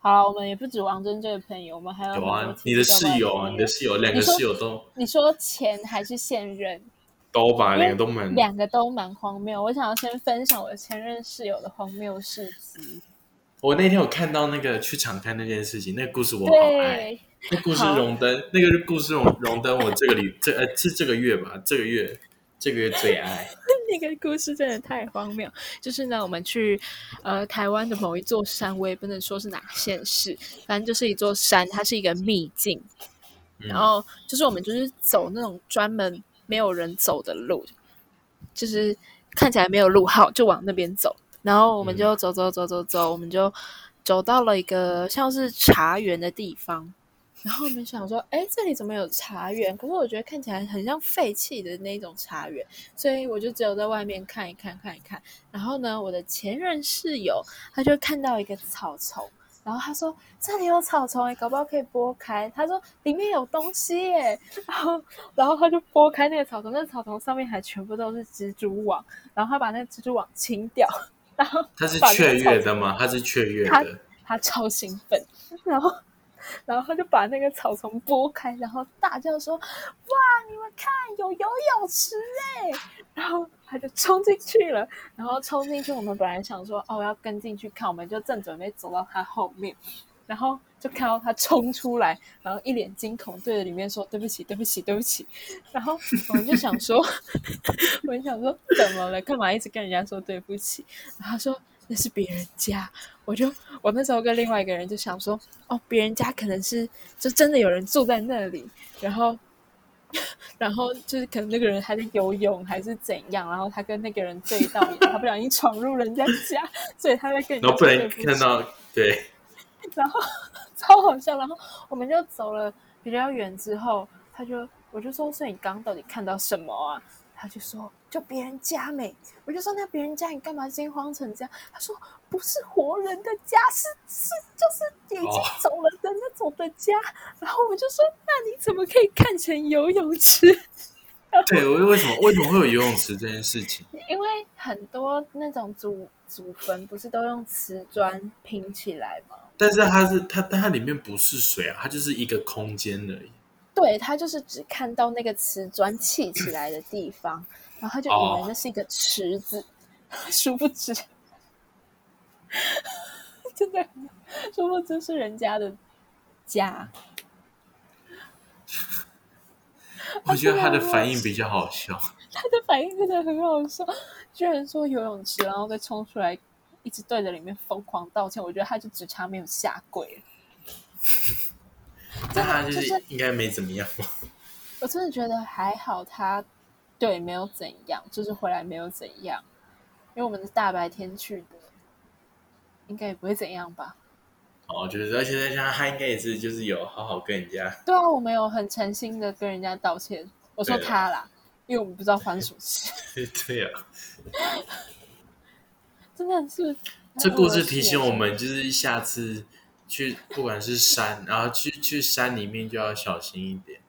好了，我们也不止王真这个朋友，我们还有有很多啊，奇你奇怪的怪室友啊，朋你的室友两嗯个你说室友都你说前还是现任？都吧，因为两个都蛮两个都蛮荒谬。我想要先分享我前任室友的荒谬事迹。我那天有看到那个去场刊那件事情，那个故事我好爱。对，那故事好荣登，那个故事荣荣登我这个礼这呃是这个月吧，这个月这个月最爱。 那个故事真的太荒谬。就是呢，我们去呃台湾的某一座山，我也不能说是哪县市，反正就是一座山，它是一个秘境。嗯然后就是我们就是走那种专门没有人走的路，就是看起来没有路号，就往那边走。然后我们就走走走走走，我们就走到了一个像是茶园的地方。然后我们想说，哎，这里怎么有茶园？可是我觉得看起来很像废弃的那种茶园，所以我就只有在外面看一看，看一看。然后呢，我的前任室友他就看到一个草丛，然后他说这里有草丛耶，欸搞不好可以剥开。他说里面有东西耶， 然后然后他就剥开那个草丛，那个草丛上面还全部都是蜘蛛网，然后他把那个蜘蛛网清掉，然后他是把那个雀跃草的丛吗？他是雀跃他的，他超兴奋， 然后然后他就把那个草丛拨开，然后大叫说：“哇，你们看有游泳池哎！”然后他就冲进去了，然后冲进去，我们本来想说：“哦，我要跟进去看。”我们就正准备走到他后面，然后就看到他冲出来，然后一脸惊恐，对着里面说：“对不起，对不起，对不起。”然后 我们就想说， 我们想说怎么了？干嘛一直跟人家说对不起？然后他说那是别人家。我就我那时候跟另外一个人就想说，哦，别人家可能是就真的有人住在那里，然后 然后就是可能那个人还在游泳还是怎样，然后他跟那个人对到眼，他不小心闯入人家家，所以他在跟人然家后不说然对不看起。到对， 然后 超好笑，然后我们就走了比较远之后，他就我就说，所以你刚刚到底看到什么啊？他就说就别人家没，我就说那别人家你干嘛惊慌成这样？他说不是活人的家，是是就是已经哦走了的那种的家。然后我就说那你怎么可以看成游泳池？ 对，为为什么为什么会有游泳池这件事情？因为很多那种祖祖坟不是都用瓷砖拼起来吗？但是它是它，但它里面不是水啊，它就是一个空间而已。对他就是只看到那个瓷砖砌起来的地方，然后他就以哦为那是一个池子， 殊不知， 真的，殊不知是人家的家。我觉得他的真的反应比较好笑。他的反应真的很好笑，居然说游泳池，然后再冲出来，一直对着里面疯狂道歉。我觉得他就只差没有下跪 了。但他就就是是应该没怎么样吧？我真的觉得还好他，对没有怎样，就是回来没有怎样，因为我们是大白天去的，应该也不会怎样吧？哦，就是而且再加上他应该也是就是有好好跟人家， 对啊，我们有很诚心的跟人家道歉，我说对啊他啦，因为我们不知道发生什么事， 对啊。真的是。 这故事提醒我们，就是下次去不管是山，然后去去山里面就要小心一点，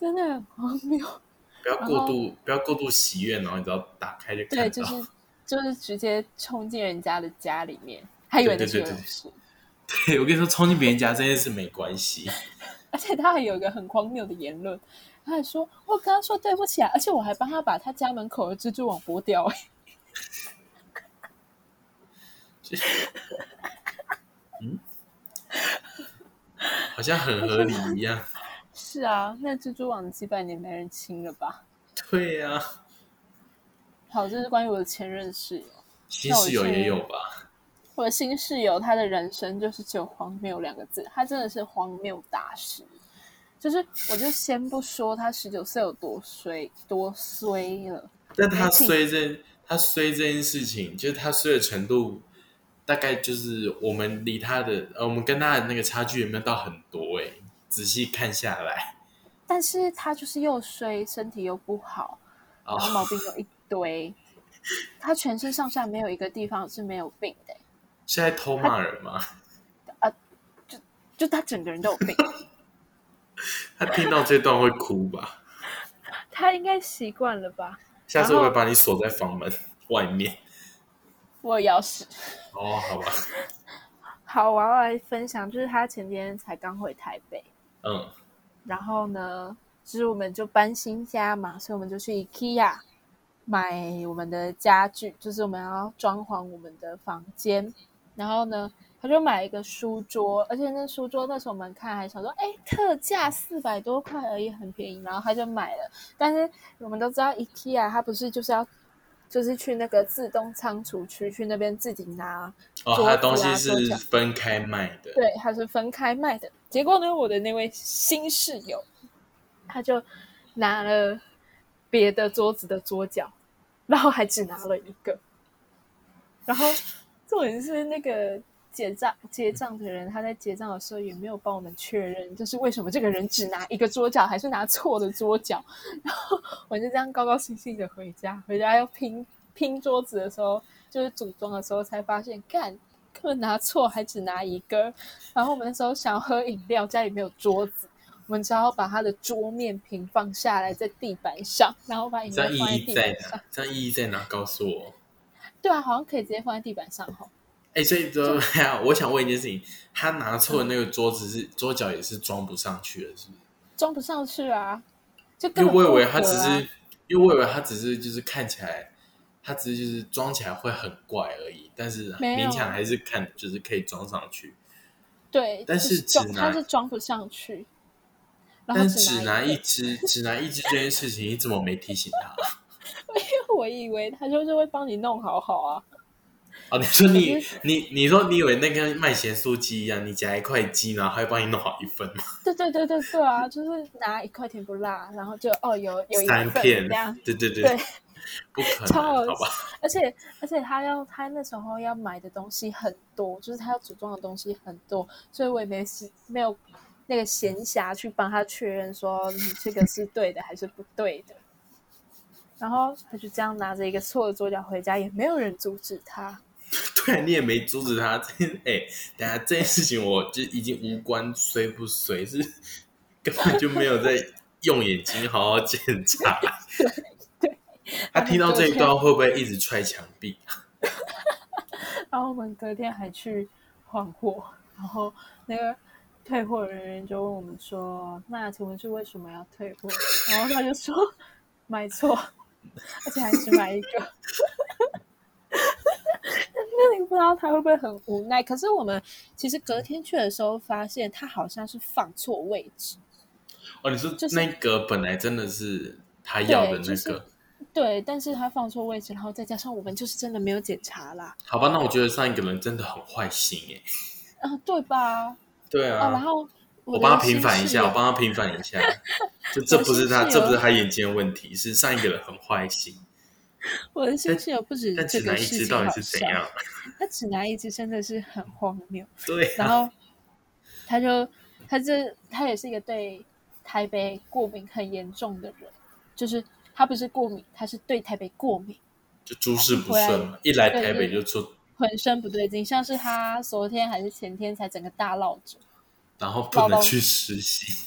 真的很荒谬。不要过度不要过度喜悦，然后你只要打开就对，看就到。 是就是直接冲进人家的家里面，还以为那对是对游对泳对池，对我跟你说，冲进别人家这件事没关系。而且他还有一个很荒谬的言论，他还说我跟他说对不起啊，而且我还帮他把他家门口的蜘蛛网剥掉、欸， 就是嗯，好像很合理一样。 是啊，那蜘蛛网几百年没人清了吧？对呀、啊，好，这是关于我的前任室友，新室友也有吧？我的新室友，他的人生就是只有荒谬两个字，他真的是荒谬大师。就是，我就先不说他十九岁有多衰多衰了，但他衰这他衰这件事情，就是他衰的程度，大概就是我们离他的呃，我们跟他的那个差距有没有到很多、欸？哎，仔细看下来，但是他就是又衰，身体又不好，然后哦，毛病又一堆，他全身上下没有一个地方是没有病的、是在偷骂人吗？ 就他整个人都有 病。他听到这段会哭吧？他应该习惯了吧？下次我会把你锁在房门外面。我有钥匙。哦，好吧，好，我要来分享，就是他前天才刚回台北，嗯然后呢，就是我们就搬新家嘛，所以我们就去 IKEA 买我们的家具，就是我们要装潢我们的房间。然后呢，他就买一个书桌，而且那书桌那时候我们看还想说，哎，特价四百多块而已，很便宜。然后他就买了，但是我们都知道 IKEA 它不是就是要。就是去那个自动仓储区，去那边自己拿哦，桌它子东西啊桌是角分开卖的，对，它是分开卖的。结果呢，我的那位新室友，他就拿了别的桌子的桌角，然后还只拿了一个。然后重点是那个结账结账的人，他在结账的时候也没有帮我们确认，就是为什么这个人只拿一个桌角，还是拿错的桌角。然后我就这样高高兴兴的回家，回家要拼 拼桌子的时候，就是组装的时候才发现，干根本拿错，还只拿一个。然后我们那时候想要喝饮料，家里没有桌子。我们只好把它的桌面平放下来在地板上，然后把饮这料样意放在义地在板上哪。？这样意义在哪？告诉我。对啊，好像可以直接放在地板上吼。哎、所以说， 我想问一件事情，他拿错的那个桌子是桌角也是装不上去的，是不是？装不上去啊，就因根为本我以为不它合只啊是，因为我以为它只是就是看起来，它只是就是装起来会很怪而已，但是没有勉强还是看就是可以装上去，对，但就是只装它拿是装不上去，然后但只拿一一个，只，只拿一只这件事情，你怎么没提醒他？啊因为我以为他就是会帮你弄好好啊， 哦，你说可你你你说你以为那跟卖咸酥鸡一样，你夹一块鸡，然后他会帮你弄好一份吗？对对对对对啊，就是拿一块甜不辣，然后就哦有有一三份片这样，，对对对，对，不可超能，好好吧？而且而且他要他那时候要买的东西很多，就是他要组装的东西很多，所以我也没时没有那个闲暇去帮他确认说你这个是对的还是不对的。然后他就这样拿着一个错的桌角回家，也没有人阻止他。 对啊，你也没阻止他。这哎、等下这件事情，我就已经无关衰不衰，是根本就没有在用眼睛好好检查。 对他听到这一段会不会一直踹墙壁？然后我们隔天还去换货，然后那个退货人员就问我们说：“那请问是为什么要退货？”然后他就说：“买错，而且还只买一个。” 那你不知道他会不会很无奈？可是我们其实隔天去的时候发现，他好像是放错位置。哦，你说就是那个本来真的是他要的那个，对就是对，但是他放错位置，然后再加上我们就是真的没有检查啦，好吧？那我觉得上一个人真的很坏心哎、啊，对吧？对啊，啊，然后我的帮他平反新一室下，我友帮他平反 一下。就这不是他，我是室友这不是他眼睛的问题，是上一个人很坏心。我的新室友不止但嗯这只拿个一事只情到好底是怎笑，样？ 他只拿一只真的是很荒谬。对然啊，后他就他这他也是一个对台北过敏很严重的人，就是他不是过敏，他是对台北过敏，就诸事不顺嘛，一来哦对台北对就出，浑身不对劲，像是他昨天还是前天才整个大落枕。然后不老能公去实习。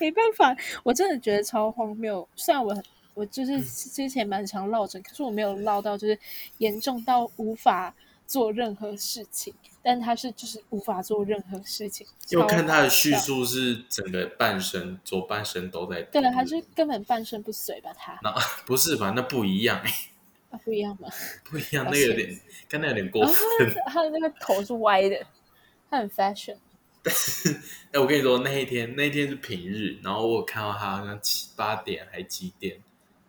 没办法，我真的觉得超荒谬。虽然我很我嗯就是之前蛮常落枕，可是我没有落到就是严重到无法做任何事情，但他是就是无法做任何事情。因为我看他的超叙好笑，述是整个半身、左半身都在对痛。了，他是是根本半身不遂吧？他那不是吧？那不一样，欸啊不一样吗？不一样，抱那个有歉点，刚才有点过然后分。他的他的那个头是歪的，他很 fashion。哎，我跟你说，那一天那一天是平日，然后我有看到他好像七八点还几点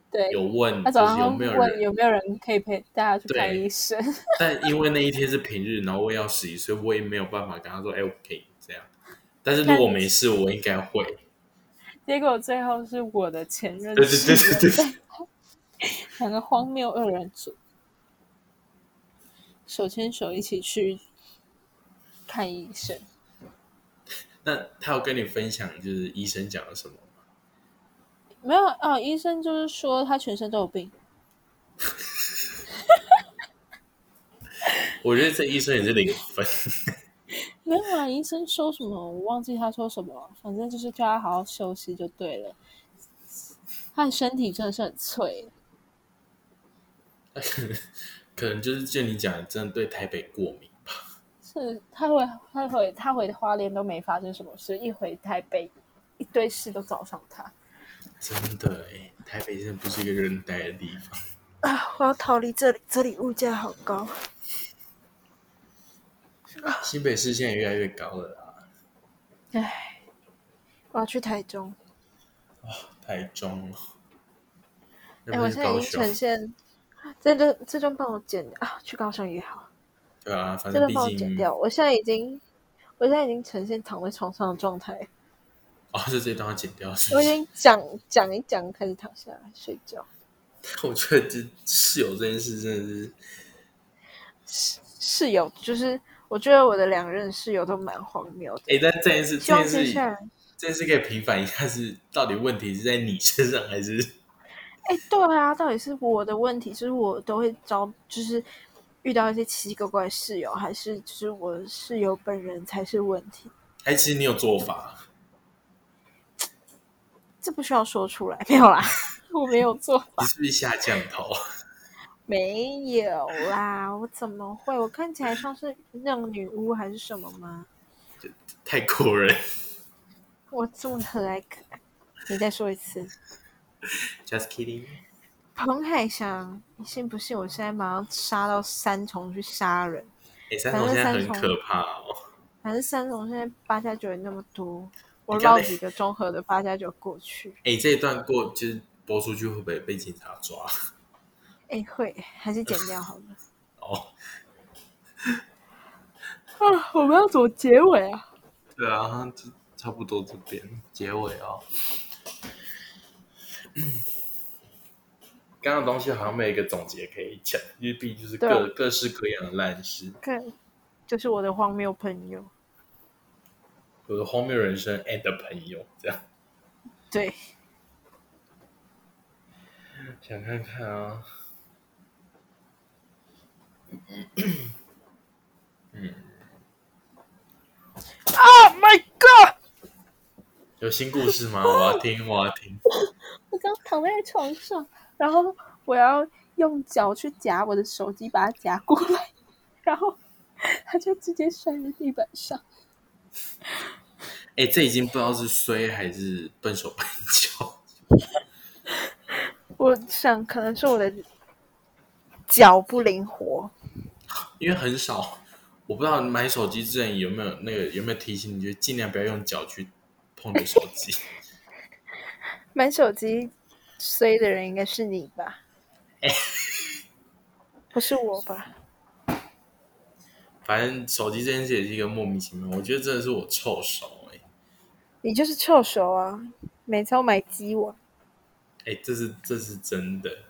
对，有问，他就早是有上没有问人？有没有人可以陪大家去对看医生。但因为那一天是平日，然后我也要实习，所以我也没有办法跟他说，哎，我可以这样。但是如果但没事，我应该会。结果最后是我的前任对对室友，对对对 两个荒谬二人组，手牵手一起去看医生。那他有跟你分享就是医生讲了什么吗？没有哦，医生就是说他全身都有病，我觉得这医生也是零 分。没有啊，医生说什么我忘记他说什么了，反正就是叫他好好休息就对了。他的身体真的是很脆的，可能就是就你讲，的，真的对台北过敏吧？是他回他回他回花莲都没发生什么事，一回台北，一堆事都找上他真的哎，台北真的不是一个人待的地 方。啊，我要逃离这里，这里物价好高。新北市现在也越来越高了啊啦，唉，我要去台中。台中哦，哎、那不我是现在高已经雄呈现，这就这就帮我剪掉啊，去高雄也好，对啊，反这就正毕帮我剪竟掉。我现在已经，我现在已经呈现躺在床上的状态，哦，这这段要剪掉是我不已是？经讲讲一讲，开始躺下来睡觉。 我觉得这室友这件事真的是，室友就是，我觉得我的两任室友都蛮荒谬的。哎，但这件事希这望件接事下来，这件事可以平反一下，是到底问题是在你身上还是？哎、对啊，到底是我的问题，就是我都会招，就是遇到一些奇奇怪怪的室友，还是就是我的室友本人才是问题？哎，其实你有做法，这不需要说出来， 没有啦，我没有做法。你是不是下降头？ 没有啦，我怎么会？我看起来像是那种女巫还是什么吗？太过人。我这么可爱，可爱，你再说一次。 Just kidding。彭海翔，你信不信？我现在马上杀到三重去杀人。哎，三重现在很可怕哦。反正三重现在八加九也那么多，我你刚绕才几 个综合的八加九过去。哎，这一段过就是播出去会不会被警察抓？哎，会还是剪 掉好了。哦，啊，我们要怎么结尾啊？对啊，就差不多这边结尾哦。 刚刚的东西好像没有一个总结可以讲，因为毕竟就是各对各式各样的烂事，看，就是我的荒谬朋友。有的荒谬人生 and 的朋友这样。对，想看看啊， Oh my god！有新故事吗？我要听，我要听。我刚躺在床上，然后我要用脚去夹我的手机，把它夹过来，然后它就直接摔在地板上。哎、这已经不知道是衰还是笨手笨脚。我想可能是我的脚不灵活。因为很少，我不知道你买手机之前有没有那个有没有提醒你，就尽量不要用脚去碰你的手机。 买手机衰的人应该是你 吧？不是我吧？反正手机这件事也是一个莫名其妙，我觉得真的是我臭手哎、你就是臭手啊！每次我买鸡我 欸、哎、这是这是真的。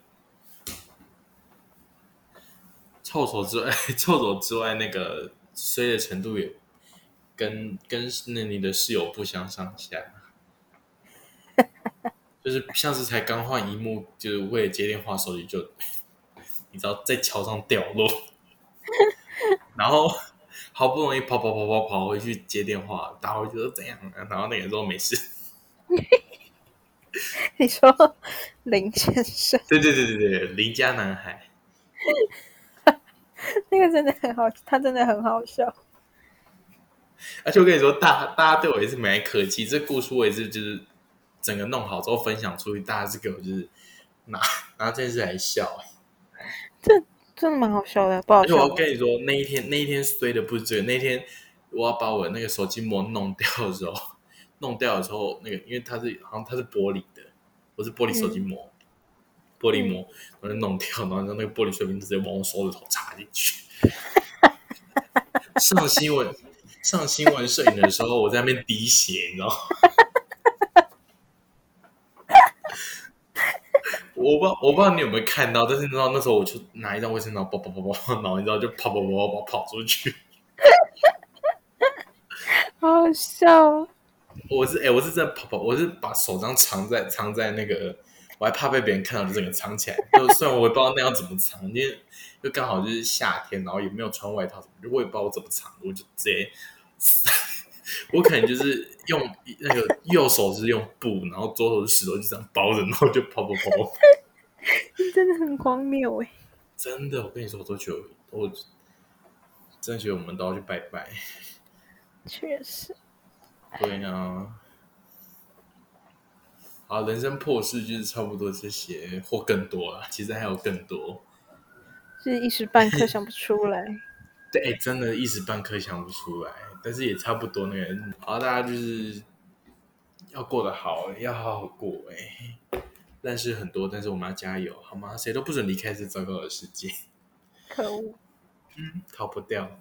臭手之外， 臭手之外，那个衰的程度也跟跟那你的室友不相上下。就是像是才刚换一幕，就是为了接电话，手机就你知道在桥上掉落， 然后好不容易跑跑跑跑跑回去接电话，然后就说怎样，啊然后那个时候没事。 你说林先生 对对对对对，邻家男孩，那个真的很好，他真的很好笑。而且我跟你说，大大家对我也是蛮客气，这故事我也是就是整个弄好之后分享出去，大家是给我就是拿 拿这件事来笑、真的蛮好笑的，不好而且哎笑我吗。要跟你说，那一天那一天衰的不是这个，那天我要把我那个手机膜弄掉的时候，弄掉的时候，那个因为它是好像它是玻璃的，我是玻璃手机膜，玻璃膜，我就弄掉，然后那个玻璃碎片直接往我手指头插进去。 上新闻上新闻摄影的时候，我在那边滴血，你知道吗？ 我不知道我不知道你有没有看到，但是你知道那时候我就拿一张卫生纸，跑跑跑跑跑，然后你知道就跑跑跑跑跑跑出去。好好笑哦，我是哎、我是真的跑跑，我是把手这样藏在藏在那个，我还怕被别人看到，就整个藏起来。就虽然我也不知道那要怎么藏，因为就刚好就是夏天，然后也没有穿外套什么，我也不知道我怎么藏，我就直接， 我可能就是用那个右手是用布，然后左手是石头，就这样包着，然后就跑跑跑 跑。真的很荒谬哎。真的，我跟你说，我都觉得我真的觉得我们都要去拜拜。确实，对啊，好，人生破事就是差不多这些，或更多啦。其实还有更多，是一时半刻想不出 来。对，哎真的一时半刻想不出来，但是也差不多那个。好，大家就是要过得好，要好好过哎、但是很多，但是我们要加油，好吗？谁都不准离开这糟糕的世界，可恶。逃不掉。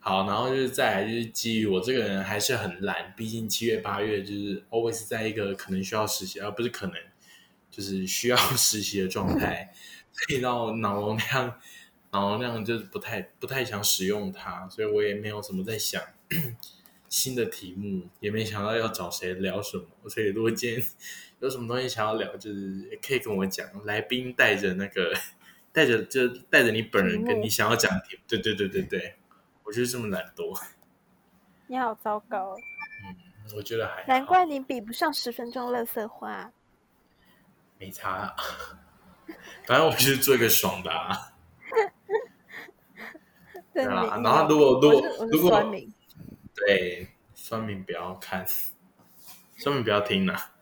好，然后就是再来就是基于我这个人还是很懒，毕竟七月八月就是 always 在一个可能需要实习，呃而不是可能就是需要 实习的状态，所以让我脑容量脑容量就是不太不太想使用它，所以我也没有什么在想新的题目，也没想到要找谁聊什么，所以如果今天有什么东西想要聊，就是也可以跟我讲，来宾带着那个带着就带着你本人题跟目你想要讲的题目，对对对对对。我就是这么懒惰，你好糟糕，哦我觉得还好难怪你比不上十分钟乐色话。没差、啊。反正我就是做一个爽的、啊，对啊你然后如果如我果是我如是果酸民，对，酸民不要看，酸民不要听啦、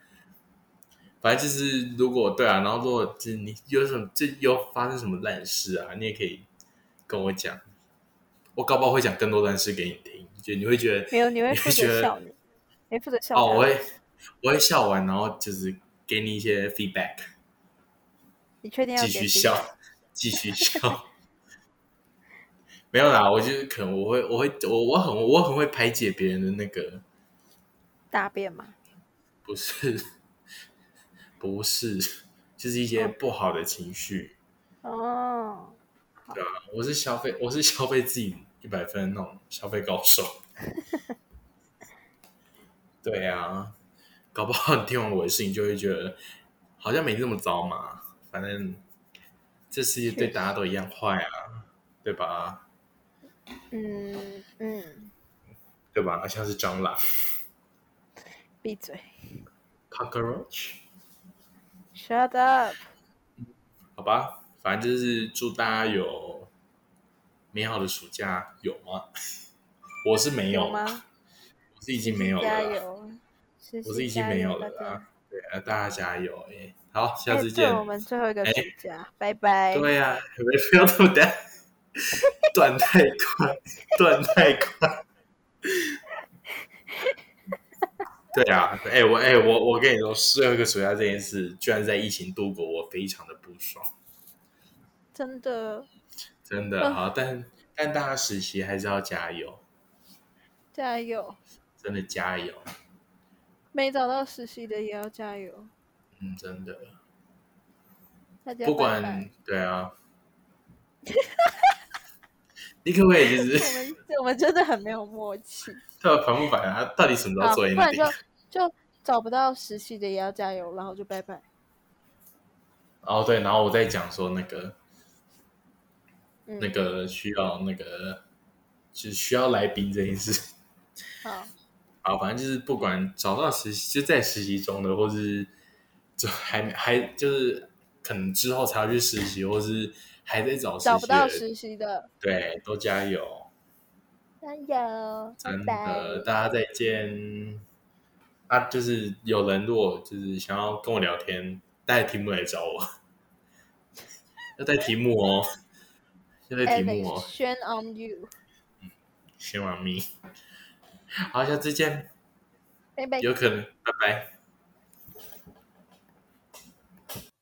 反正就是如果对啊，然后如果就是你有什么这又发生什么烂事啊，你也可以跟我讲，我搞不好会讲更多烂事给你听，就你会觉得没有你会你负会觉责得笑你，你负责笑哦，他我会我会笑完，然后就是给你一些 feedback，你确定要继给自续己笑，继续笑。没有啦，我就是可能我会，我会，我我很我很会排解别人的那个，大便吗？不是，不是，就是一些不好的情绪。啊哦，我是消费，我是消费自己一百分的那种消费高手。对啊，搞不好你听完我的事情就会觉得好像没这么糟嘛，反正这世界对大家都一样坏啊，对吧？嗯嗯，对吧？像是蟑螂闭嘴 （cockroach）， ，shut up。好吧，反正就是祝大家有美好的暑假，有吗？ 我是没有吗？我是已经没有加了啦，油！实我习是已经加没油有了大家啦。对啊，大家加油！哎，好，下哎次这见是。我们最后一个哎暑假，拜拜。对呀、啊，不要这么短， 断太快， 断太快。对啊，哎、我哎、我我跟你说，最后一个暑假这件事，居然在疫情度过，我非常的不爽。真的，真的嗯好，但但大家实习还是要加油，加油！真的加油，没找到实习的也要加油，嗯，真的，大家不拜管拜。对啊，你可不可以就我是 们我们真的很没有默契。到底烦不烦啊？到底什么好，时候不做 e 然 n 就就找不到实习的也要加油，然后就拜拜。哦，对，然后我再讲说那个嗯，那个需要那个就是需要来宾这件事。好，啊，反正就是不管找到实习，就在实习中的，或是就还没还就是可能之后才要去实习，或是还在找实习的找不到实习的对，都加油。加油，拜真的，拜。大家再见。啊，就是有人如果就是想要跟我聊天，带题目来找我， 要带题目哦，要带题目 Alex, 哦，宣 on you，先玩命。好，下次见，拜拜。有可能，拜拜。